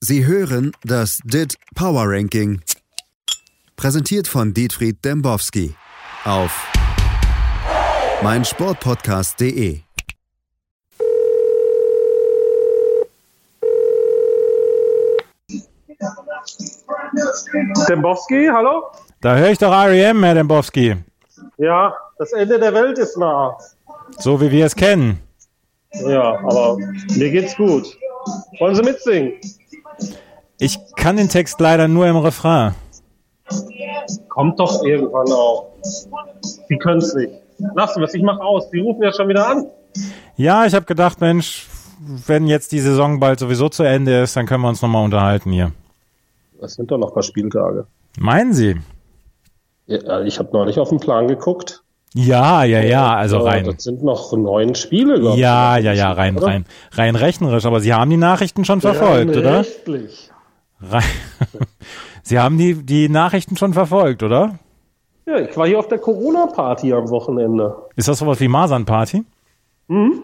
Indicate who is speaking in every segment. Speaker 1: Sie hören das DIT Power Ranking. Präsentiert von Dietfried Dembowski auf meinsportpodcast.de.
Speaker 2: Dembowski, hallo?
Speaker 3: Da höre ich doch R.E.M., Herr Dembowski.
Speaker 2: Ja, das Ende der Welt ist nah.
Speaker 3: So wie wir es kennen.
Speaker 2: Ja, aber mir geht's gut. Wollen Sie mitsingen?
Speaker 3: Ich kann den Text leider nur im Refrain.
Speaker 2: Kommt doch irgendwann auch. Sie können's nicht. Lassen wir es, ich mach aus. Die rufen ja schon wieder an.
Speaker 3: Ja, ich habe gedacht, Mensch, wenn jetzt die Saison bald sowieso zu Ende ist, dann können wir uns nochmal unterhalten hier.
Speaker 4: Es sind doch noch ein paar Spieltage.
Speaker 3: Meinen Sie?
Speaker 4: Ja, äh, ich habe neulich auf den Plan geguckt.
Speaker 3: Ja, ja, ja, also
Speaker 4: Aber
Speaker 3: rein.
Speaker 4: Das sind noch neun Spiele, glaub ich.
Speaker 3: Ja, ja, ja, rein,
Speaker 4: Oder?
Speaker 3: rein, rein rechnerisch. Aber Sie haben die Nachrichten schon verfolgt,
Speaker 2: Rein
Speaker 3: oder?
Speaker 2: Rechtlich.
Speaker 3: Rein. Sie haben die, die Nachrichten schon verfolgt, oder?
Speaker 2: Ja, ich war hier auf der Corona-Party am Wochenende.
Speaker 3: Ist das sowas wie Masernparty? Hm?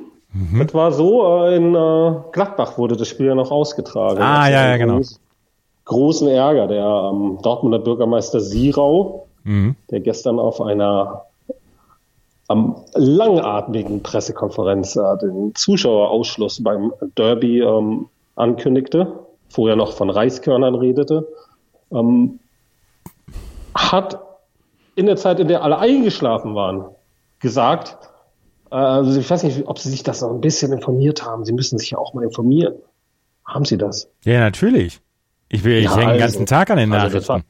Speaker 2: Das war
Speaker 4: So, äh, in äh, Gladbach wurde das Spiel ja noch ausgetragen.
Speaker 3: Ah,
Speaker 4: Das
Speaker 3: ja,
Speaker 4: war
Speaker 3: ja,
Speaker 4: ein
Speaker 3: genau.
Speaker 4: groß- Großen Ärger. Der ähm, Dortmunder Bürgermeister Sirau,
Speaker 3: Mhm.
Speaker 4: der gestern auf einer am langatmigen Pressekonferenz äh, den Zuschauerausschluss beim Derby ähm, ankündigte, vorher noch von Reiskörnern redete, ähm, hat in der Zeit, in der alle eingeschlafen waren, gesagt, äh, also ich weiß nicht, ob Sie sich das noch ein bisschen informiert haben. Sie müssen sich ja auch mal informieren. Haben Sie das?
Speaker 3: Ja, natürlich. Ich, will, ich
Speaker 4: Ja,
Speaker 3: hänge den
Speaker 4: also.
Speaker 3: ganzen Tag an den
Speaker 4: Also das
Speaker 3: Nachrichten.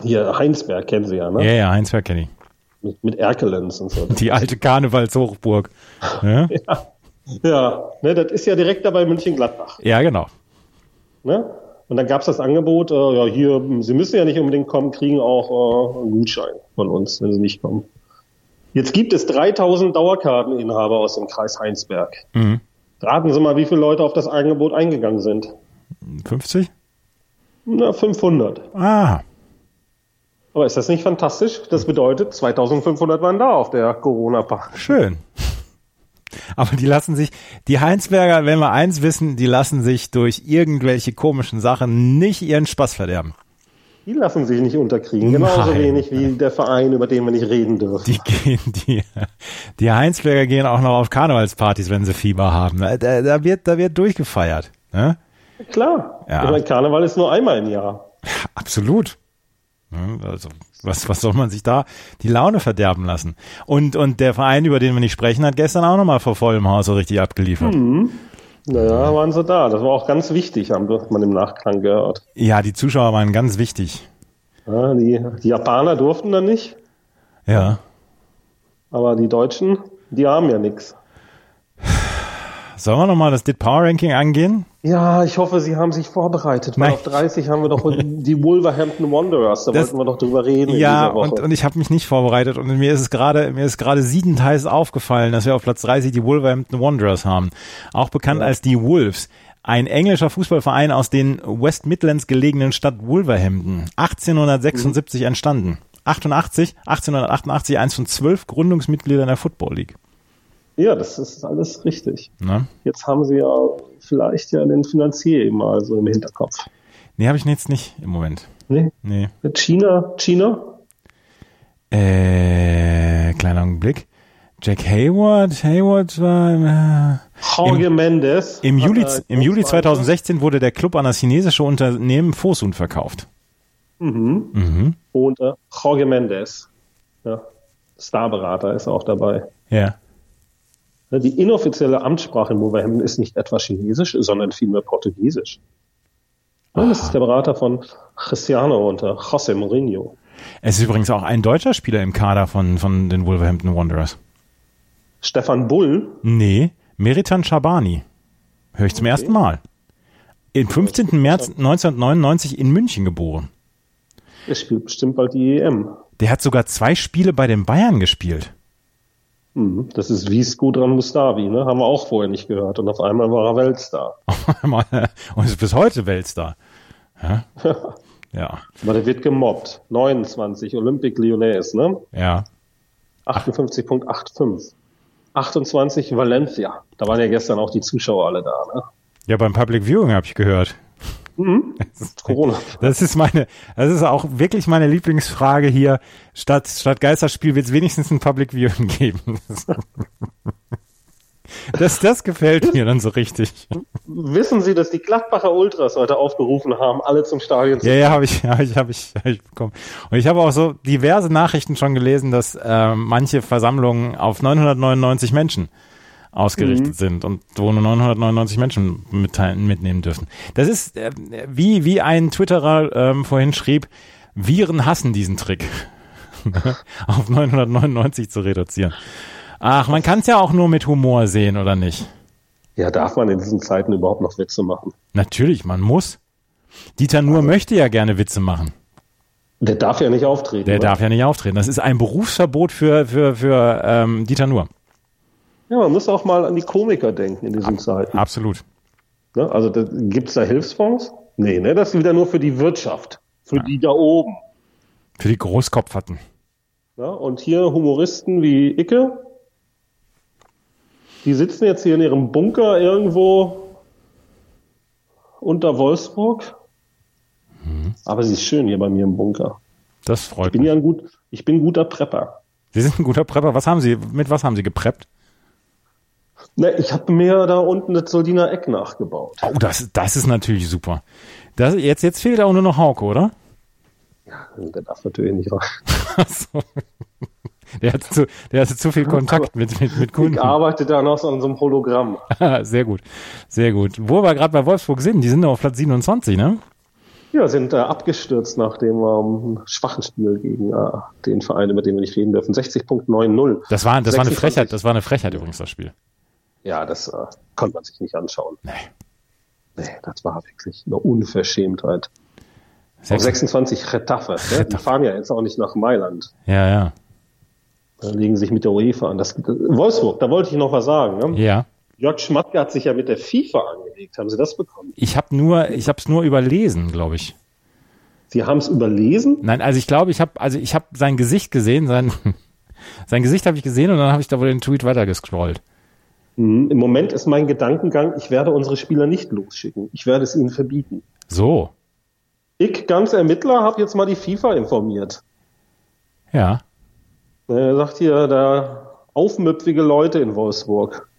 Speaker 4: war- Hier, Heinsberg kennen Sie ja, ne?
Speaker 3: ja, ja, Heinsberg kenne ich.
Speaker 4: Mit, mit Erkelenz und so.
Speaker 3: Die alte Karnevalshochburg. Ja,
Speaker 4: Ja, ne, das ist ja direkt dabei München-Gladbach.
Speaker 3: ja genau.
Speaker 4: Ne? Und dann gab's das Angebot, äh, ja, hier, m, Sie müssen ja nicht unbedingt kommen, kriegen auch äh, einen Gutschein von uns, wenn Sie nicht kommen. Jetzt gibt es 3000 Dauerkarteninhaber aus dem Kreis Heinsberg.
Speaker 3: Mhm.
Speaker 4: Raten Sie mal, wie viele Leute auf das Angebot eingegangen sind.
Speaker 3: 50?
Speaker 4: Na, 500.
Speaker 3: Ah,
Speaker 4: Aber ist das nicht fantastisch? Das bedeutet, 2500 waren da auf der Corona-Party.
Speaker 3: schön. Aber die lassen sich, die Heinsberger, wenn wir eins wissen, die lassen sich durch irgendwelche komischen Sachen nicht ihren Spaß verderben.
Speaker 4: Die lassen sich nicht unterkriegen. Genauso
Speaker 3: Nein.
Speaker 4: wenig wie der Verein, über den wir nicht reden dürfen.
Speaker 3: Die gehen, die, die Heinsberger gehen auch noch auf Karnevalspartys, wenn sie Fieber haben. Da, da, da wird, da wird durchgefeiert. Ne?
Speaker 4: Klar.
Speaker 3: Ja.
Speaker 4: Ich meine, Karneval ist nur einmal im Jahr.
Speaker 3: Absolut. Ja, Also, was, was soll man sich da die Laune verderben lassen? Und, und der Verein, über den wir nicht sprechen, hat gestern auch nochmal vor vollem Haus so richtig abgeliefert.
Speaker 4: Naja, waren sie da. Das war auch ganz wichtig, haben wir- hat man im Nachklang gehört.
Speaker 3: Ja, die Zuschauer waren ganz wichtig.
Speaker 4: Ja, die, die Japaner durften da nicht,
Speaker 3: Ja.
Speaker 4: aber die Deutschen, die haben ja nichts.
Speaker 3: Sollen wir nochmal das Dit Power Ranking angehen?
Speaker 4: Ja, ich hoffe, sie haben sich vorbereitet. Weil
Speaker 3: Nein.
Speaker 4: auf 30 haben wir doch die Wolverhampton Wanderers, da
Speaker 3: Das-
Speaker 4: wollten wir doch drüber reden
Speaker 3: Ja,
Speaker 4: in dieser Woche.
Speaker 3: und, und ich habe mich nicht vorbereitet und mir ist es gerade, mir ist gerade siedend heiß aufgefallen, dass wir auf Platz 30 die Wolverhampton Wanderers haben. Auch bekannt als die Wolves. Ein englischer Fußballverein aus den West Midlands gelegenen Stadt Wolverhampton. 1876 entstanden. 88, 1888, eins von zwölf Gründungsmitgliedern der Football League.
Speaker 4: ja, das ist alles richtig.
Speaker 3: Ne?
Speaker 4: Jetzt haben sie ja vielleicht ja den Finanzier mal so im Hinterkopf.
Speaker 3: Nee, habe ich jetzt nicht im Moment.
Speaker 4: Nee?
Speaker 3: Nee.
Speaker 4: Mit China, China?
Speaker 3: Äh, kleiner Augenblick. Jack Hayward, Hayward war, äh,
Speaker 4: Jorge Mendes.
Speaker 3: Im
Speaker 4: hat ne?
Speaker 3: Juli,
Speaker 4: da
Speaker 3: im Juli
Speaker 4: Großweite.
Speaker 3: 2016 wurde der Club an das chinesische Unternehmen Fosun verkauft.
Speaker 4: Und äh, Jorge Mendes. Ja. Starberater ist auch dabei.
Speaker 3: Ja.
Speaker 4: Ne, Die inoffizielle Amtssprache in Wolverhampton ist nicht etwa Chinesisch, sondern vielmehr Portugiesisch. Ne, Das ist der Berater von Cristiano und äh, José Mourinho.
Speaker 3: Es ist übrigens auch ein deutscher Spieler im Kader von, von den Wolverhampton Wanderers.
Speaker 4: Stefan Bull,
Speaker 3: Nee, Meritan Shabani. Höre ich zum ersten Mal. Im 15. März 1999 in München geboren.
Speaker 4: der spielt bestimmt bald die E EM.
Speaker 3: Der hat sogar zwei Spiele bei den Bayern gespielt.
Speaker 4: Mhm, Das ist wie Skudran Mustavi, ne? haben wir auch vorher nicht gehört. Und auf einmal war er Weltstar.
Speaker 3: Und ist bis heute Weltstar. Ja,
Speaker 4: Aber der wird gemobbt. 29, Olympique Lyonnais, ne?
Speaker 3: ja. ja.
Speaker 4: 58.85. 28, Valencia. Da waren ja gestern auch die Zuschauer alle da. Ne?
Speaker 3: Ja, beim Public Viewing habe ich gehört.
Speaker 4: Mhm. Corona.
Speaker 3: Das ist meine, das ist auch wirklich meine Lieblingsfrage hier. Statt, statt Geisterspiel wird es wenigstens ein Public Viewing geben. Das, das gefällt mir dann so richtig.
Speaker 4: Wissen Sie, dass die Gladbacher Ultras heute aufgerufen haben, alle zum Stadion zu
Speaker 3: Ja, ja, habe ich, habe ich, habe ich, hab ich bekommen. Und ich habe auch so diverse Nachrichten schon gelesen, dass äh, manche Versammlungen auf 999 Menschen ausgerichtet sind und wo nur 999 Menschen mitteilen, mitnehmen dürfen. Das ist, äh, wie, wie ein Twitterer ähm, vorhin schrieb, Viren hassen diesen Trick, auf 999 zu reduzieren. Ach, man kann es ja auch nur mit Humor sehen, oder nicht?
Speaker 4: Ja, darf man in diesen Zeiten überhaupt noch Witze machen?
Speaker 3: Natürlich, man muss. Dieter Nuhr möchte ja gerne Witze machen.
Speaker 4: Der darf ja nicht auftreten. ne?
Speaker 3: Der
Speaker 4: oder?
Speaker 3: darf ja nicht auftreten. Das ist ein Berufsverbot für, für, für ähm, Dieter Nuhr.
Speaker 4: Ja, man muss auch mal an die Komiker denken in diesen Zeiten.
Speaker 3: Absolut.
Speaker 4: Ne? Also gibt es da Hilfsfonds? Nee, ne? das ist wieder nur für die Wirtschaft, für die da oben.
Speaker 3: Für die Großkopferten.
Speaker 4: Ne? Und hier Humoristen wie Icke, die sitzen jetzt hier in ihrem Bunker irgendwo unter Wolfsburg. Aber sie ist schön hier bei mir im Bunker.
Speaker 3: Das
Speaker 4: Ich
Speaker 3: freut
Speaker 4: bin
Speaker 3: mich.
Speaker 4: ja ein, gut, ich bin ein guter Prepper.
Speaker 3: Sie sind ein guter Prepper. Was haben Sie, mit was haben Sie gepreppt?
Speaker 4: Ne, ich habe mir da unten das Soldiner Eck nachgebaut.
Speaker 3: Oh, das, das ist natürlich super. Das, jetzt, jetzt fehlt auch nur noch Hauke, oder?
Speaker 4: Der darf natürlich nicht rein.
Speaker 3: Ach so. Der hatte zu, der hatte zu viel Kontakt mit, mit, mit Kunden.
Speaker 4: Ich arbeite da noch so an so einem Hologramm.
Speaker 3: Sehr gut. Sehr gut. Wo wir gerade bei Wolfsburg sind, die sind doch auf Platz 27, ne?
Speaker 4: Ja, sind äh, abgestürzt nach dem ähm, schwachen Spiel gegen äh, den Verein, über den wir nicht reden dürfen. 60.90.
Speaker 3: Das war, das war eine
Speaker 4: 26.
Speaker 3: Frechheit, das war eine Frechheit übrigens, das Spiel.
Speaker 4: Ja, das äh, konnte man sich nicht anschauen.
Speaker 3: Nee.
Speaker 4: Nee, das war wirklich eine Unverschämtheit. Auf 26 Retafe. Ne? Die
Speaker 3: Getafe.
Speaker 4: fahren ja jetzt auch nicht nach Mailand.
Speaker 3: Ja, ja.
Speaker 4: Da legen sich mit der UEFA an. Das, Wolfsburg, da wollte ich noch was sagen. Ne?
Speaker 3: Ja.
Speaker 4: Jörg Schmatke hat sich ja mit der FIFA angelegt. Haben Sie das bekommen?
Speaker 3: Ich habe nur, ich habe es nur überlesen, glaube ich.
Speaker 4: Sie haben es überlesen?
Speaker 3: Nein, also ich glaube, ich habe, also ich habe sein Gesicht gesehen, sein, sein Gesicht habe ich gesehen und dann habe ich da wohl den Tweet weitergescrollt.
Speaker 4: Hm,
Speaker 3: Mhm.
Speaker 4: Im Moment ist mein Gedankengang, ich werde unsere Spieler nicht losschicken. Ich werde es ihnen verbieten.
Speaker 3: So,
Speaker 4: Ich, ganz Ermittler, habe jetzt mal die FIFA informiert.
Speaker 3: ja.
Speaker 4: Er sagt hier, da aufmüpfige Leute in Wolfsburg.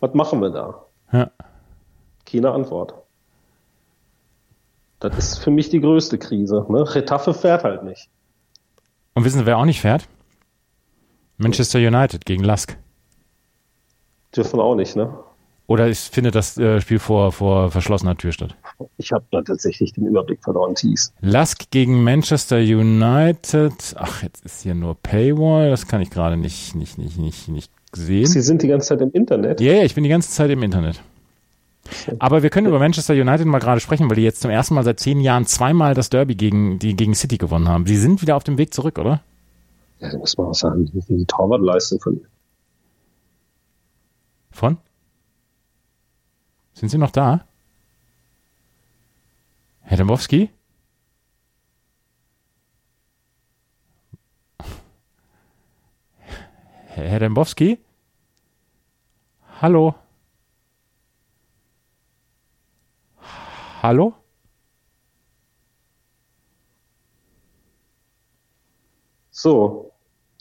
Speaker 4: Was machen wir da?
Speaker 3: ja.
Speaker 4: Keine Antwort. Das ist für mich die größte Krise. Ne? Retafe fährt halt nicht.
Speaker 3: Und wissen Sie, wer auch nicht fährt? Manchester United gegen Lask.
Speaker 4: Dürfen auch nicht, ne?
Speaker 3: Oder ich finde das äh, Spiel vor, vor verschlossener Tür statt.
Speaker 4: Ich habe da tatsächlich den Überblick verloren, Thies.
Speaker 3: Lask gegen Manchester United. Ach, jetzt ist hier nur Paywall. Das kann ich gerade nicht, nicht, nicht, nicht, nicht
Speaker 4: Sie
Speaker 3: sehen.
Speaker 4: sind die ganze Zeit im Internet.
Speaker 3: Ja, ja, ich bin die ganze Zeit im Internet. Aber wir können über Manchester United mal gerade sprechen, weil die jetzt zum ersten Mal seit zehn Jahren zweimal das Derby gegen, die gegen City gewonnen haben. Sie sind wieder auf dem Weg zurück, oder?
Speaker 4: Ja, da muss man auch sagen, wie die Torwartleistung von
Speaker 3: Von? Sind Sie noch da? Herr Dembowski? Herr Dembowski? Hallo? Hallo?
Speaker 4: So,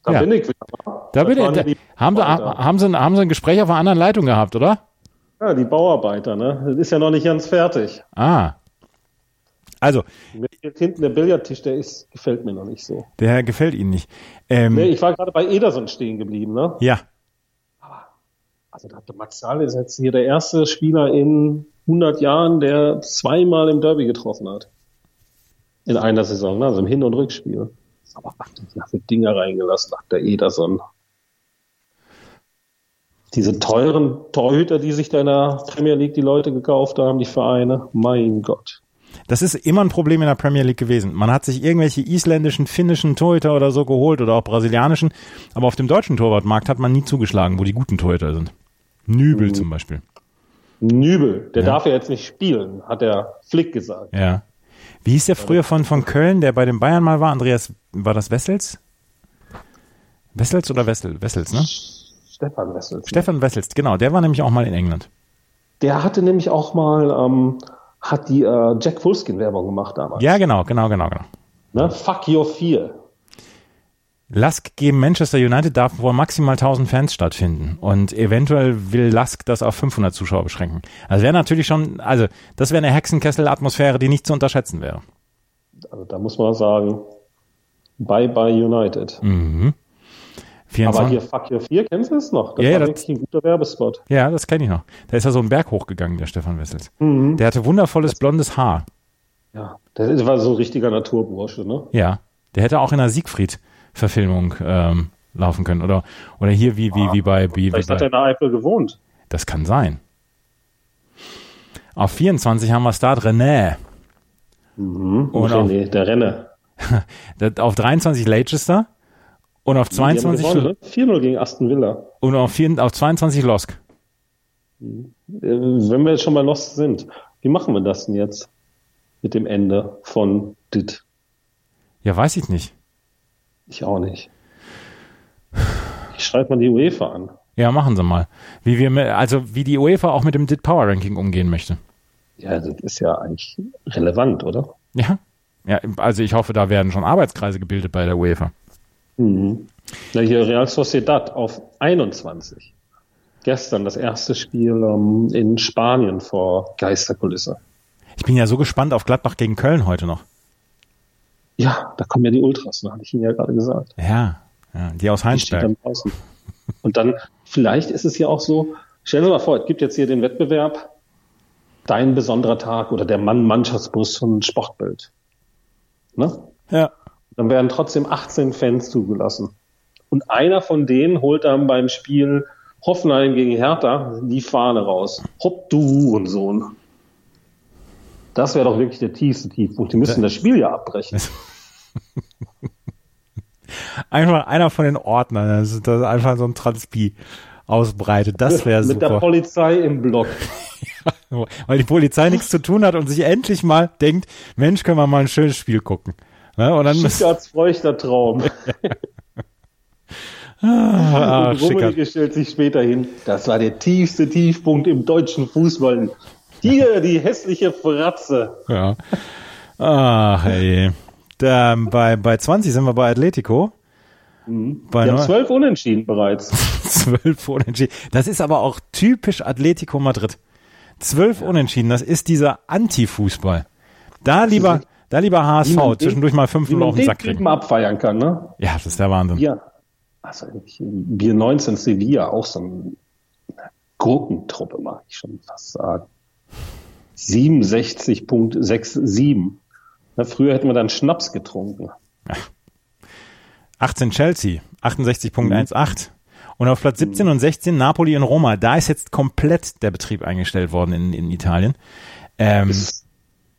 Speaker 4: da
Speaker 3: Ja.
Speaker 4: bin ich wieder.
Speaker 3: Da
Speaker 4: Das
Speaker 3: bin ich,
Speaker 4: waren
Speaker 3: da,
Speaker 4: die
Speaker 3: haben, Sie,
Speaker 4: Bauarbeiter.
Speaker 3: haben, Sie ein, haben Sie ein Gespräch auf einer anderen Leitung gehabt, oder?
Speaker 4: Ja, die Bauarbeiter, ne? Das ist ja noch nicht ganz fertig.
Speaker 3: Ah. Also,
Speaker 4: Mir fehlt hinten der Billardtisch, der ist, gefällt mir noch nicht so.
Speaker 3: der gefällt Ihnen nicht. Ähm,
Speaker 4: Nee, ich war gerade bei Ederson stehen geblieben, ne?
Speaker 3: Ja,
Speaker 4: Also da hat der Max Saal ist jetzt hier der erste Spieler in 100 Jahren, der zweimal im Derby getroffen hat. In einer Saison, ne? also im Hin- und Rückspiel. Aber was hat der für Dinger reingelassen, hat der Ederson. Diese teuren Torhüter, die sich da in der Premier League die Leute gekauft haben, die Vereine, mein Gott.
Speaker 3: Das ist immer ein Problem in der Premier League gewesen. Man hat sich irgendwelche isländischen, finnischen Torhüter oder so geholt oder auch brasilianischen, aber auf dem deutschen Torwartmarkt hat man nie zugeschlagen, wo die guten Torhüter sind. Nübel zum Beispiel.
Speaker 4: Nübel, der darf ja jetzt nicht spielen, hat der Flick gesagt.
Speaker 3: Ja. Wie hieß der früher von, von Köln, der bei den Bayern mal war? Andreas, war das Wessels? Wessels oder Wessel? Wessels, ne?
Speaker 4: Stefan Wessels.
Speaker 3: Stefan Wessels, genau. Der war nämlich auch mal in England.
Speaker 4: Der hatte nämlich auch mal ähm, hat die äh, Jack Wolfskin Werbung gemacht damals.
Speaker 3: Ja, genau, genau, genau, genau.
Speaker 4: Ne? Fuck your fear.
Speaker 3: Lask gegen Manchester United darf wohl maximal 1000 Fans stattfinden und eventuell will Lask das auf 500 Zuschauer beschränken. Also wäre natürlich schon, also das wäre eine Hexenkessel-Atmosphäre, die nicht zu unterschätzen wäre.
Speaker 4: Also da muss man sagen, bye bye United.
Speaker 3: Mhm.
Speaker 4: Aber
Speaker 3: 24
Speaker 4: hier Fuck Your Fear, kennst du es noch? Das
Speaker 3: Ja, ja,
Speaker 4: war
Speaker 3: das-
Speaker 4: wirklich ein guter Werbespot.
Speaker 3: Ja, das kenne ich noch. Da ist er so einen Berg hochgegangen, der Stefan Wessels.
Speaker 4: Mhm.
Speaker 3: Der hatte wundervolles blondes Haar.
Speaker 4: Ja, das war so ein richtiger Naturbursche, ne?
Speaker 3: Ja. Der hätte auch in einer Siegfried-Verfilmung ähm, laufen können. Oder, oder hier wie, wie, wie bei. Wie, wie
Speaker 4: Vielleicht hat
Speaker 3: bei
Speaker 4: er in der Eifel gewohnt.
Speaker 3: das kann sein. Auf 24 haben wir Start René. Und
Speaker 4: Ach,
Speaker 3: auf,
Speaker 4: nee, der Renner.
Speaker 3: das- auf 23 Leicester. Und auf
Speaker 4: Die haben
Speaker 3: 22,
Speaker 4: gewonnen, ne? 4-0 gegen Aston Villa.
Speaker 3: und auf, 4, auf 22 Losk.
Speaker 4: Äh, Wenn wir jetzt schon mal lost sind, wie machen wir das denn jetzt mit dem Ende von Dit?
Speaker 3: Ja, weiß ich nicht.
Speaker 4: Ich auch nicht. Ich schreibe mal die UEFA an.
Speaker 3: Ja, machen Sie mal. Wie wir, mit- also wie die UEFA auch mit dem Dit Power Ranking umgehen möchte.
Speaker 4: Ja, das ist ja eigentlich relevant, oder?
Speaker 3: Ja. Ja, also ich hoffe, da werden schon Arbeitskreise gebildet bei der UEFA.
Speaker 4: Na, hier Real Sociedad auf 21. Gestern das erste Spiel ähm, in Spanien vor Geisterkulisse.
Speaker 3: Ich bin ja so gespannt auf Gladbach gegen Köln heute noch.
Speaker 4: Ja, da kommen ja die Ultras, ne? hatte ich Ihnen ja gerade gesagt.
Speaker 3: Ja, ja die aus
Speaker 4: Die steht
Speaker 3: Heinsberg.
Speaker 4: dann draußen. Und dann, vielleicht ist es ja auch so, stell dir mal vor, es gibt jetzt hier den Wettbewerb, dein besonderer Tag oder der Mann-Mannschaftsbus von Sportbild. Ne?
Speaker 3: Ja.
Speaker 4: Dann werden trotzdem 18 Fans zugelassen. Und einer von denen holt dann beim Spiel Hoffenheim gegen Hertha die Fahne raus. Hopp, du Hurensohn. Das wäre doch wirklich der tiefste Tiefpunkt. Die müssen das Spiel ja abbrechen.
Speaker 3: Einfach einer von den Ordnern, das ist, das ist einfach so ein Transpi ausbreitet. Das wäre
Speaker 4: Mit der
Speaker 3: super.
Speaker 4: Polizei im Block.
Speaker 3: Weil die Polizei nichts zu tun hat und sich endlich mal denkt, Mensch, können wir mal ein schönes Spiel gucken. Ne? Und dann müssen
Speaker 4: Stuttgarts feuchter Traum.
Speaker 3: ah,
Speaker 4: Und Rummenigge stellt sich später hin. Das war der tiefste Tiefpunkt im deutschen Fußball. Hier die hässliche Fratze.
Speaker 3: Ja. Ach, ey. Da, bei, bei 20 sind wir bei Atletico. Bei
Speaker 4: Mhm. Wir haben
Speaker 3: neun-
Speaker 4: zwölf Unentschieden bereits.
Speaker 3: Zwölf Unentschieden. Das ist aber auch typisch Atletico Madrid. Zwölf Unentschieden, das ist dieser Anti-Fußball. Da lieber, da lieber HSV,
Speaker 4: Wie man den-
Speaker 3: zwischendurch mal fünf
Speaker 4: Wie
Speaker 3: Null auf
Speaker 4: man
Speaker 3: den
Speaker 4: den
Speaker 3: Sack kriegen.
Speaker 4: Typen abfeiern kann, ne?
Speaker 3: Ja, das ist der Wahnsinn.
Speaker 4: Ja. Also ich, Bier 19 Sevilla, auch so eine Gurkentruppe, mag ich schon fast sagen. 67.67. Na, früher hätten wir dann Schnaps getrunken.
Speaker 3: 18 Chelsea,
Speaker 4: Mhm.
Speaker 3: 68.18. Und auf Platz 17 und 16 Napoli und Roma. Da ist jetzt komplett der Betrieb eingestellt worden in, in Italien. Ähm,
Speaker 4: bis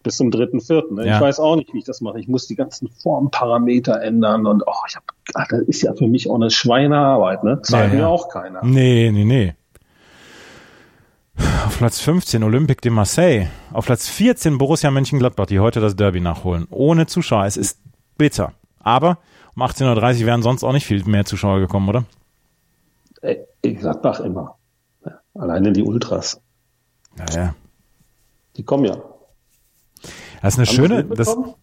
Speaker 4: zum dritten, vierten. Ne?
Speaker 3: Ja.
Speaker 4: Ich weiß auch nicht, wie ich das mache. Ich muss die ganzen Formparameter ändern und oh, ich hab, ah, das ist ja für mich auch eine Schweinearbeit, ne? Zahlt
Speaker 3: Ja, ja.
Speaker 4: mir auch keiner.
Speaker 3: Nee, nee, nee. Auf Platz 15 Olympique de Marseille. Auf Platz 14 Borussia Mönchengladbach, die heute das Derby nachholen. Ohne Zuschauer. Es ist bitter. Aber um 18.30 Uhr wären sonst auch nicht viel mehr Zuschauer gekommen, oder?
Speaker 4: Ey, Äh, Ich sag Bach immer. Ja, Alleine die Ultras.
Speaker 3: Ja, ja.
Speaker 4: Die kommen ja.
Speaker 3: Das ist eine schöne,
Speaker 4: das
Speaker 3: das,
Speaker 4: mitbekommen?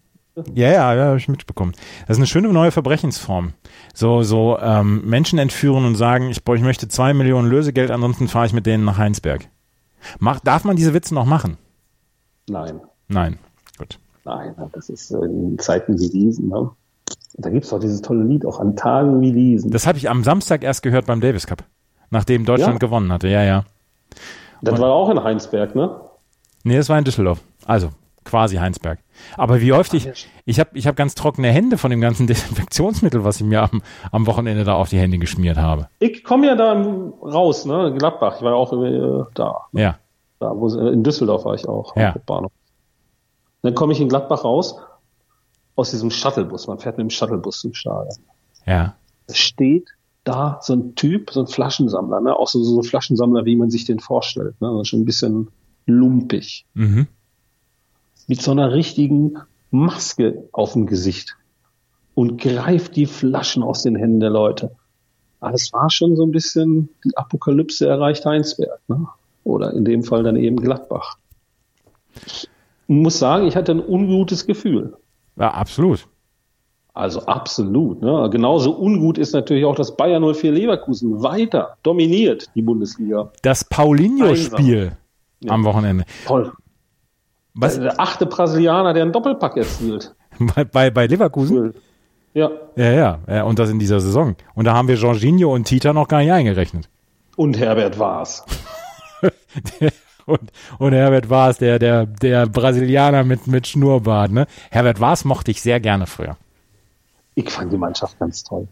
Speaker 3: ja, ja, ja, habe ich mitbekommen. Das ist eine schöne neue Verbrechensform. So, so ähm, Menschen entführen und sagen, ich, boah, ich möchte zwei Millionen Lösegeld, ansonsten fahre ich mit denen nach Heinsberg. Mach, darf man diese Witze noch machen?
Speaker 4: Nein.
Speaker 3: Nein. Gut.
Speaker 4: Nein, das ist äh, in Zeiten wie diesen. Ne? Da gibt's doch dieses tolle Lied, auch an Tagen wie diesen.
Speaker 3: Das habe ich am Samstag erst gehört beim Davis Cup, nachdem Deutschland
Speaker 4: Ja.
Speaker 3: gewonnen hatte. Ja, ja.
Speaker 4: Das war auch in Heinsberg, ne?
Speaker 3: Nee, das war in Düsseldorf. Also quasi Heinsberg. Aber wie häufig, ich habe ich hab ganz trockene Hände von dem ganzen Desinfektionsmittel, was ich mir am, am Wochenende da auf die Hände geschmiert habe.
Speaker 4: Ich komme ja da raus, ne? Gladbach. Ich war ja auch äh, da.
Speaker 3: Ja.
Speaker 4: Da, wo, äh, in Düsseldorf war ich auch,
Speaker 3: Ja.
Speaker 4: am Bahnhof. Dann komme ich in Gladbach raus, aus diesem Shuttlebus. Man fährt mit dem Shuttlebus zum Stadion.
Speaker 3: Ja.
Speaker 4: Es steht da so ein Typ, so ein Flaschensammler, ne? auch so, so ein Flaschensammler, wie man sich den vorstellt. Ne? Schon ein bisschen lumpig.
Speaker 3: Mhm.
Speaker 4: Mit so einer richtigen Maske auf dem Gesicht. Und greift die Flaschen aus den Händen der Leute. Aber es war schon so ein bisschen, die Apokalypse erreicht Heinsberg. Ne? Oder in dem Fall dann eben Gladbach. muss sagen, ich hatte ein ungutes Gefühl.
Speaker 3: Ja, absolut.
Speaker 4: Also absolut. Ne? Genauso ungut ist natürlich auch, dass Bayern 04 Leverkusen weiter dominiert die Bundesliga.
Speaker 3: Das Paulinho-Spiel am Wochenende.
Speaker 4: Toll.
Speaker 3: Was?
Speaker 4: Der achte Brasilianer, der einen Doppelpack erzielt.
Speaker 3: Bei, bei, bei Leverkusen?
Speaker 4: Ja.
Speaker 3: Ja, ja, ja. Und das in dieser Saison. Und da haben wir Jorginho und Tita noch gar nicht eingerechnet.
Speaker 4: Und Herbert war's.
Speaker 3: Der- und, und Herbert Waas, der, der, der Brasilianer mit, mit Schnurrbart. Ne? Herbert Waas mochte ich sehr gerne früher.
Speaker 4: Ich fand die Mannschaft ganz toll.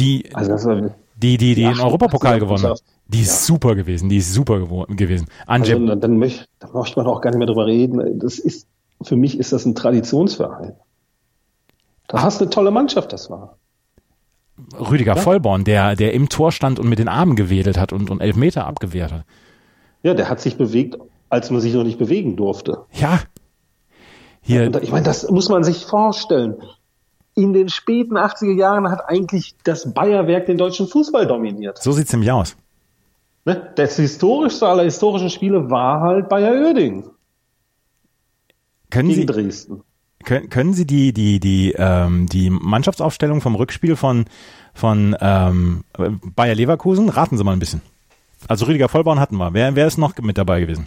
Speaker 3: Die,
Speaker 4: Also das war,
Speaker 3: die, die, die
Speaker 4: die
Speaker 3: den
Speaker 4: acht-
Speaker 3: Europapokal
Speaker 4: acht-
Speaker 3: gewonnen hat. Die ist super gewesen, die ist super gewo- gewesen. Anje,
Speaker 4: also, dann, dann möchte, da möchte man auch gar nicht mehr drüber reden. Das ist, für mich ist das ein Traditionsverein. Da hast du eine tolle Mannschaft, das war. Also,
Speaker 3: Rüdiger Vollborn, der, der im Tor stand und mit den Armen gewedelt hat und, und Elfmeter abgewehrt hat.
Speaker 4: Ja, der hat sich bewegt, als man sich noch nicht bewegen durfte.
Speaker 3: Ja. Hier,
Speaker 4: Und da- ich meine, das muss man sich vorstellen. In den späten 80er Jahren hat eigentlich das Bayerwerk den deutschen Fußball dominiert.
Speaker 3: so sieht's nämlich aus.
Speaker 4: Ne? Das historischste aller historischen Spiele war halt Bayer Oerding
Speaker 3: Können
Speaker 4: gegen
Speaker 3: Sie,
Speaker 4: Dresden.
Speaker 3: können, können Sie die, die, die, ähm, die Mannschaftsaufstellung vom Rückspiel von, von ähm, Bayer Leverkusen? Raten Sie mal ein bisschen. Also Rüdiger Vollborn hatten wir. Wer, wer ist noch mit dabei gewesen?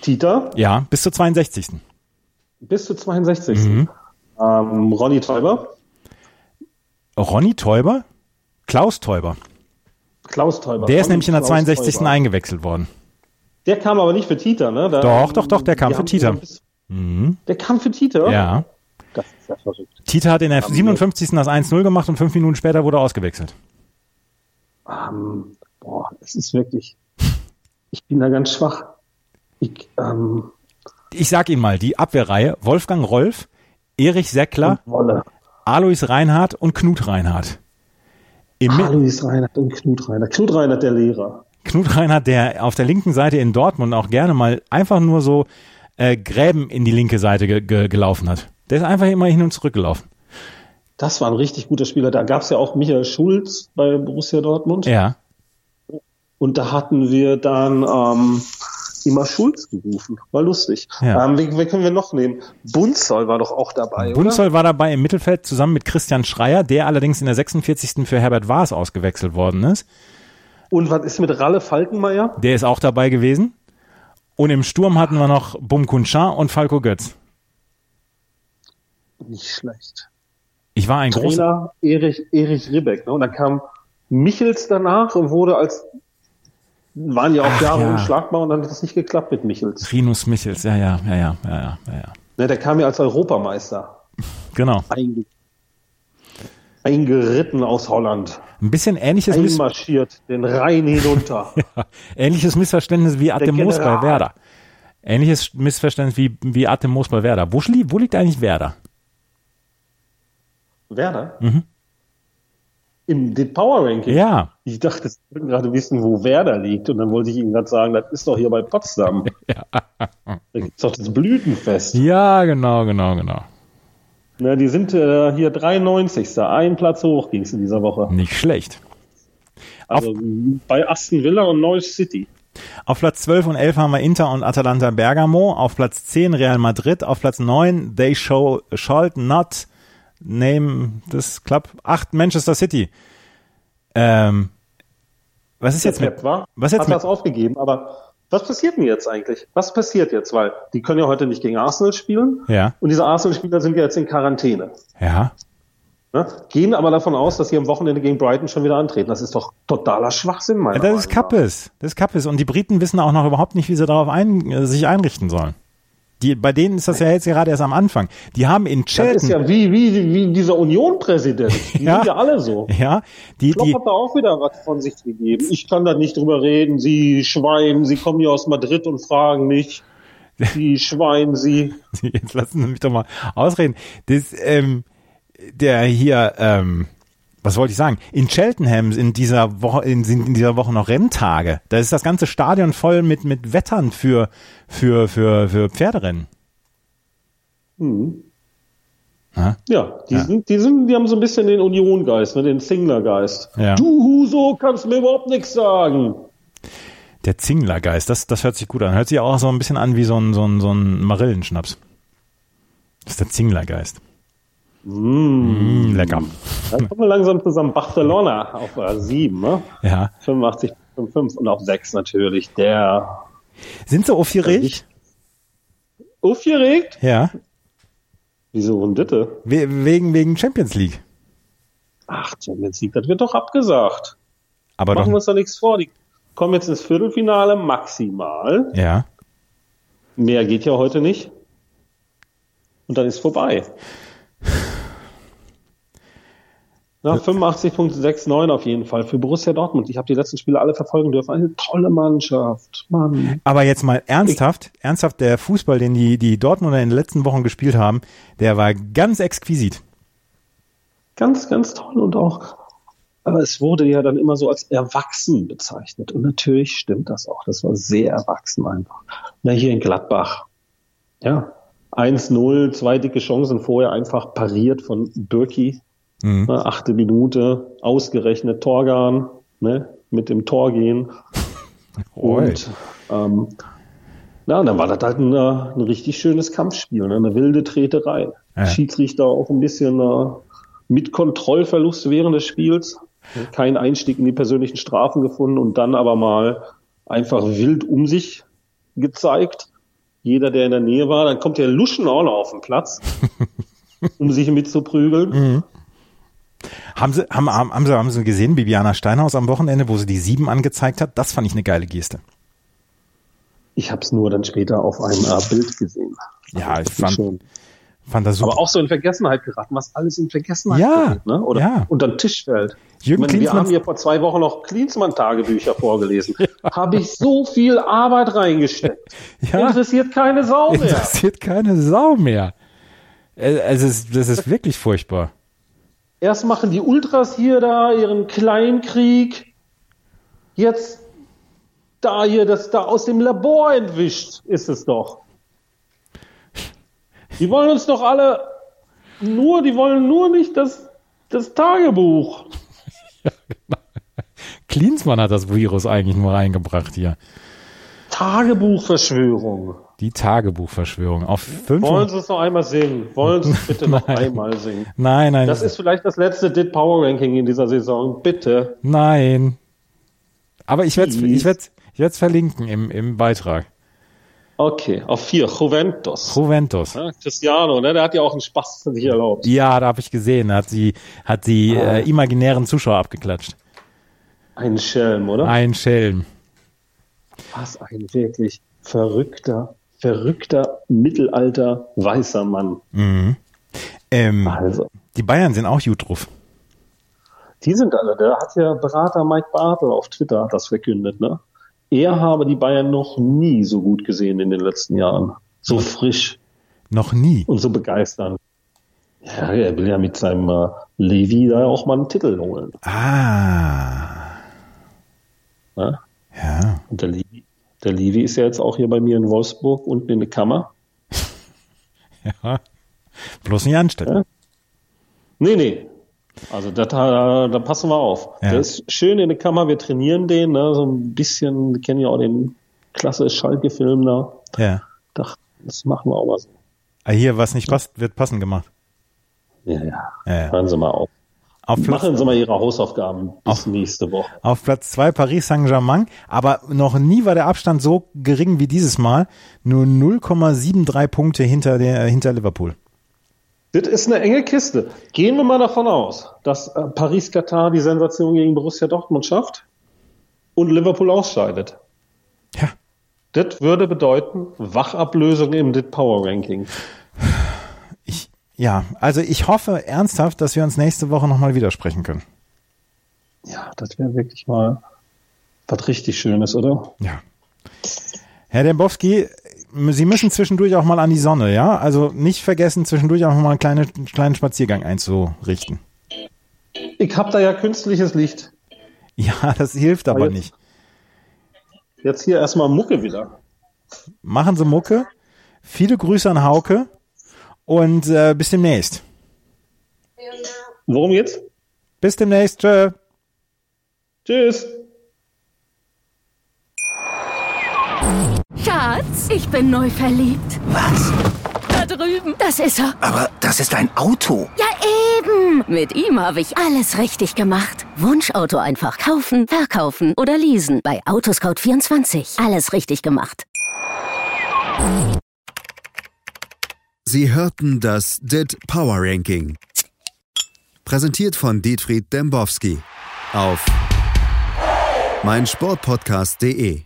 Speaker 4: Tita
Speaker 3: Ja, bis zur 62.
Speaker 4: bis zu 62.
Speaker 3: Mhm.
Speaker 4: Ähm, Ronny Teuber,
Speaker 3: Ronny Teuber? Klaus Teuber.
Speaker 4: Klaus Teuber.
Speaker 3: Der ist
Speaker 4: Ronny
Speaker 3: nämlich in der
Speaker 4: Klaus
Speaker 3: 62.
Speaker 4: Teuber.
Speaker 3: eingewechselt worden.
Speaker 4: Der kam aber nicht für Tita, ne? Da-
Speaker 3: Doch, doch, doch, der kam
Speaker 4: die
Speaker 3: für
Speaker 4: haben
Speaker 3: Tita. Mhm.
Speaker 4: ihn bis- Der kam für Tita?
Speaker 3: Ja.
Speaker 4: Das ist ja verrückt.
Speaker 3: Tita hat in der 57. das 1-0 gemacht und fünf Minuten später wurde er ausgewechselt.
Speaker 4: Ähm, boah, es ist wirklich. Ich bin da ganz schwach. Ich, ähm,
Speaker 3: Ich sag Ihnen mal, die Abwehrreihe Wolfgang Rolf, Erich Säckler,
Speaker 4: Wolle.
Speaker 3: Alois Reinhardt und Knut Reinhardt. Im Mi-
Speaker 4: Alois Reinhardt und Knut Reinhardt. Knut Reinhardt, der Lehrer.
Speaker 3: Knut Reinhardt, der auf der linken Seite in Dortmund auch gerne mal einfach nur so äh, Gräben in die linke Seite ge ge gelaufen hat. Der ist einfach immer hin und zurück gelaufen.
Speaker 4: Das war ein richtig guter Spieler. Da gab es ja auch Michael Schulz bei Borussia Dortmund.
Speaker 3: Ja.
Speaker 4: Und da hatten wir dann ähm, immer Schulz gerufen. War lustig.
Speaker 3: Ja.
Speaker 4: Ähm, wen, wen können wir noch nehmen? Bunzoll war doch auch dabei, oder?
Speaker 3: Bunzoll war dabei im Mittelfeld zusammen mit Christian Schreier, der allerdings in der 46. für Herbert Waas ausgewechselt worden ist.
Speaker 4: Und was ist mit Ralle Falkenmeier?
Speaker 3: Der ist auch dabei gewesen. Und im Sturm hatten wir noch Bum Kuncha und Falco Götz.
Speaker 4: Nicht schlecht.
Speaker 3: Ich war ein großer.
Speaker 4: Trainer Erich, Erich Ribbeck. Ne? Und dann kam Michels danach und wurde als waren ja auch
Speaker 3: Ach,
Speaker 4: Jahre
Speaker 3: ja.
Speaker 4: unschlagbar und dann hat das nicht geklappt mit Michels.
Speaker 3: Rinus Michels, ja, ja, ja, ja, ja, ja, ja, ja.
Speaker 4: Ne, der kam ja als Europameister
Speaker 3: Genau.
Speaker 4: einge eingeritten aus Holland,
Speaker 3: Ein bisschen ähnliches, Miss
Speaker 4: einmarschiert, den Rhein hinunter.
Speaker 3: ähnliches Missverständnis wie Atem Moos bei
Speaker 4: General.
Speaker 3: Werder. Ähnliches Missverständnis wie, wie Atem Moos bei Werder. Wo, schlie- wo liegt eigentlich Werder?
Speaker 4: Werder?
Speaker 3: Mhm.
Speaker 4: Im den Power Ranking.
Speaker 3: Ja,
Speaker 4: Ich dachte, Sie wollten gerade wissen, wo Werder liegt. Und dann wollte ich Ihnen gerade sagen, das ist doch hier bei Potsdam. Da gibt's doch das Blütenfest.
Speaker 3: ja, genau, genau, genau.
Speaker 4: Na, die sind äh, hier 93. Ein Platz hoch ging es in dieser Woche.
Speaker 3: Nicht schlecht.
Speaker 4: Also bei Aston Villa und Norwich City.
Speaker 3: Auf Platz 12 und 11 haben wir Inter und Atalanta Bergamo. Auf Platz 10 Real Madrid. Auf Platz 9 They show, Shall Not Name This Club. 8 Manchester City. Ähm, was ist jetzt mit...
Speaker 4: Pep, wa?
Speaker 3: was jetzt
Speaker 4: Hat
Speaker 3: mit-
Speaker 4: das aufgegeben, aber was passiert denn jetzt eigentlich? Was passiert jetzt? Weil die können ja heute nicht gegen Arsenal spielen.
Speaker 3: Ja,
Speaker 4: Und diese Arsenal-Spieler sind ja jetzt in Quarantäne.
Speaker 3: ja.
Speaker 4: Ne? Gehen aber davon aus, dass sie am Wochenende gegen Brighton schon wieder antreten. Das ist doch totaler Schwachsinn, meiner
Speaker 3: Ja, Das ist
Speaker 4: Meinung nach.
Speaker 3: Kappes. Das ist Kappes. Und die Briten wissen auch noch überhaupt nicht, wie sie darauf ein, äh, sich einrichten sollen. Die, bei denen ist das ja jetzt gerade erst am Anfang. Die haben in
Speaker 4: Das ist
Speaker 3: Chelten, ja,
Speaker 4: ja wie, wie, wie dieser Union-Präsident. Die
Speaker 3: Ja.
Speaker 4: sind ja alle so.
Speaker 3: die,
Speaker 4: Klopp
Speaker 3: die,
Speaker 4: hat da auch wieder was von sich gegeben. Ich kann da nicht drüber reden. Sie Schwein, Sie kommen hier aus Madrid und fragen mich. Sie Schwein, Sie.
Speaker 3: Jetzt lassen Sie mich doch mal ausreden. Das, ähm, der hier, ähm, was wollte ich sagen? In Cheltenham in dieser Woche, in, sind in dieser Woche noch Renntage. Da ist das ganze Stadion voll mit, mit Wettern für, für, für, für Pferderennen.
Speaker 4: Ja, die sind, die sind, die haben so ein bisschen den Union-Geist, ne, den Singler-Geist.
Speaker 3: Ja.
Speaker 4: Du Huso kannst mir überhaupt nichts sagen.
Speaker 3: Der Zinglergeist, das, das hört sich gut an. Hört sich auch so ein bisschen an wie so ein, so ein, so ein Marillenschnaps. Das ist der Zinglergeist.
Speaker 4: Mm.
Speaker 3: Mm, lecker.
Speaker 4: Dann kommen wir langsam zusammen. Barcelona auf äh, 7, ne?
Speaker 3: Ja.
Speaker 4: 85, 5 und auf 6 natürlich. Der
Speaker 3: Sind sie aufgeregt?
Speaker 4: aufgeregt.
Speaker 3: Ja.
Speaker 4: Wieso Runditte?
Speaker 3: We wegen, wegen Champions League.
Speaker 4: Ach, Champions League, das wird doch abgesagt.
Speaker 3: Aber
Speaker 4: Machen wir
Speaker 3: doch.
Speaker 4: uns doch nichts vor. Die kommen jetzt ins Viertelfinale maximal.
Speaker 3: Ja.
Speaker 4: Mehr geht ja heute nicht. Und dann ist vorbei. Na, 85.69 auf jeden Fall für Borussia Dortmund. Ich habe die letzten Spiele alle verfolgen dürfen. Eine tolle Mannschaft. Mann.
Speaker 3: Aber jetzt mal ernsthaft, ernsthaft, der Fußball, den die, die Dortmunder in den letzten Wochen gespielt haben, der war ganz exquisit.
Speaker 4: Ganz, ganz toll und auch. Aber es wurde ja dann immer so als erwachsen bezeichnet. Und natürlich stimmt das auch. Das war sehr erwachsen einfach. Na, hier in Gladbach. Ja. 1-0, zwei dicke Chancen vorher einfach pariert von Birki.
Speaker 3: Mhm.
Speaker 4: Ne, achte Minute, ausgerechnet Torgan, ne, mit dem Tor gehen. Und ähm, na, und dann war das halt ein, äh, ein richtig schönes Kampfspiel, ne, eine wilde Treterei.
Speaker 3: Ja.
Speaker 4: Schiedsrichter auch ein bisschen äh, mit Kontrollverlust während des Spiels, kein Einstieg in die persönlichen Strafen gefunden und dann aber mal einfach wild um sich gezeigt. Jeder, der in der Nähe war, dann kommt der Luschen auch noch auf den Platz, um sich mitzuprügeln.
Speaker 3: Mhm. Haben sie, haben, haben, haben, sie, haben sie gesehen, Bibiana Steinhaus am Wochenende, wo sie die sieben angezeigt hat? Das fand ich eine geile Geste.
Speaker 4: Ich habe es nur dann später auf einem äh, Bild gesehen.
Speaker 3: Ja, ich
Speaker 4: Das ist
Speaker 3: fand,
Speaker 4: schon-
Speaker 3: fand das super.
Speaker 4: Aber auch so in Vergessenheit geraten, was alles in Vergessenheit
Speaker 3: Ja,
Speaker 4: gerät, ne? Oder
Speaker 3: ja.
Speaker 4: unter den Tisch fällt.
Speaker 3: Jürgen
Speaker 4: ich meine, wir
Speaker 3: Klinsmann-
Speaker 4: haben hier vor zwei Wochen noch Klinsmann-Tagebücher vorgelesen. Habe ich so viel Arbeit reingesteckt.
Speaker 3: Ja.
Speaker 4: Interessiert keine Sau mehr.
Speaker 3: Interessiert keine Sau mehr. Äh, Also, es ist- das ist wirklich furchtbar.
Speaker 4: Erst machen die Ultras hier da ihren Kleinkrieg. Jetzt da hier, das da aus dem Labor entwischt, ist es doch. Die wollen uns doch alle nur, die wollen nur nicht das, das Tagebuch.
Speaker 3: Klinsmann hat das Virus eigentlich nur reingebracht hier.
Speaker 4: Tagebuchverschwörung.
Speaker 3: Die Tagebuchverschwörung auf fünf.
Speaker 4: Wollen Sie es noch einmal singen? Wollen Sie es bitte noch
Speaker 3: Nein.
Speaker 4: einmal singen?
Speaker 3: Nein, nein,
Speaker 4: Das ist vielleicht das letzte Dit Power Ranking in dieser Saison. Bitte.
Speaker 3: nein. Aber ich werde
Speaker 4: Please.
Speaker 3: ich werd's, ich werd's verlinken im, im Beitrag.
Speaker 4: Okay, auf vier, Juventus.
Speaker 3: Proventus.
Speaker 4: Ja, Cristiano, ne? der hat ja auch einen Spaß sich erlaubt.
Speaker 3: Ja, da habe ich gesehen, da hat sie hat die
Speaker 4: Ah.
Speaker 3: äh, imaginären Zuschauer abgeklatscht.
Speaker 4: Ein Schelm, oder?
Speaker 3: Ein Schelm.
Speaker 4: Was ein wirklich verrückter, verrückter Mittelalter weißer Mann.
Speaker 3: Ähm,
Speaker 4: Also,
Speaker 3: die Bayern sind auch gut drauf.
Speaker 4: die sind alle, da hat ja Berater Mike Bartel auf Twitter hat das verkündet, ne? Er habe die Bayern noch nie so gut gesehen in den letzten Jahren. So frisch.
Speaker 3: Noch nie.
Speaker 4: und so begeistern. Ja, er will ja mit seinem äh, Levi da auch mal einen Titel holen.
Speaker 3: Ah,
Speaker 4: Ne?
Speaker 3: ja.
Speaker 4: Und der Levi, der Levi ist ja jetzt auch hier bei mir in Wolfsburg unten in der Kammer.
Speaker 3: ja. Bloß nicht anstellen.
Speaker 4: Nee, nee. Also da, da, da passen wir auf.
Speaker 3: Ja.
Speaker 4: Der ist schön in der Kammer, wir trainieren den, ne? so ein bisschen, wir kennen ja auch den klasse Schalke-Film da.
Speaker 3: Ja.
Speaker 4: Dachte, das machen wir auch mal so.
Speaker 3: Ah, Hier, was nicht passt, wird passend gemacht.
Speaker 4: Ja, ja.
Speaker 3: Ja, ja.
Speaker 4: Hören Sie mal auf.
Speaker 3: Auf Platz,
Speaker 4: Machen Sie mal Ihre Hausaufgaben bis nächste Woche.
Speaker 3: auf Platz zwei Paris Saint-Germain, aber noch nie war der Abstand so gering wie dieses Mal. Nur 0,73 Punkte hinter, der, äh, hinter Liverpool.
Speaker 4: Das ist eine enge Kiste. Gehen wir mal davon aus, dass äh, Paris-Katar die Sensation gegen Borussia Dortmund schafft und Liverpool ausscheidet.
Speaker 3: Ja.
Speaker 4: Das würde bedeuten Wachablösung im Dit Power Ranking.
Speaker 3: Ich, ja, also ich hoffe ernsthaft, dass wir uns nächste Woche nochmal widersprechen können.
Speaker 4: Ja, das wäre wirklich mal was richtig Schönes, oder?
Speaker 3: Ja. Herr Dembowski, Sie müssen zwischendurch auch mal an die Sonne, ja? Also nicht vergessen, zwischendurch auch mal einen kleinen, einen kleinen Spaziergang einzurichten.
Speaker 4: Ich habe da ja künstliches Licht.
Speaker 3: Ja, das hilft aber
Speaker 4: jetzt-
Speaker 3: nicht.
Speaker 4: Jetzt hier erstmal Mucke wieder.
Speaker 3: Machen Sie Mucke. Viele Grüße an Hauke und äh, bis demnächst.
Speaker 4: Worum geht's?
Speaker 3: Bis demnächst. Tschö.
Speaker 4: Tschüss.
Speaker 5: Schatz, ich bin neu verliebt.
Speaker 6: Was?
Speaker 5: Da drüben. Das ist er.
Speaker 6: Aber das ist ein Auto.
Speaker 5: Ja, eben. Mit ihm habe ich alles richtig gemacht. Wunschauto einfach kaufen, verkaufen oder leasen. Bei Autoscout24. Alles richtig gemacht.
Speaker 1: Sie hörten das DIT Power Ranking. Präsentiert von Dietfried Dembowski auf meinsportpodcast.de.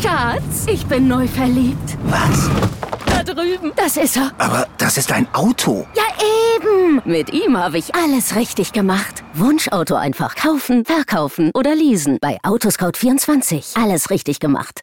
Speaker 5: Schatz, ich bin neu verliebt.
Speaker 6: Was? Ah.
Speaker 5: Da drüben. Das ist er.
Speaker 6: Aber das ist ein Auto.
Speaker 5: Ja, eben. Mit ihm habe ich alles richtig gemacht. Wunschauto einfach kaufen, verkaufen oder leasen. Bei Autoscout24. Alles richtig gemacht.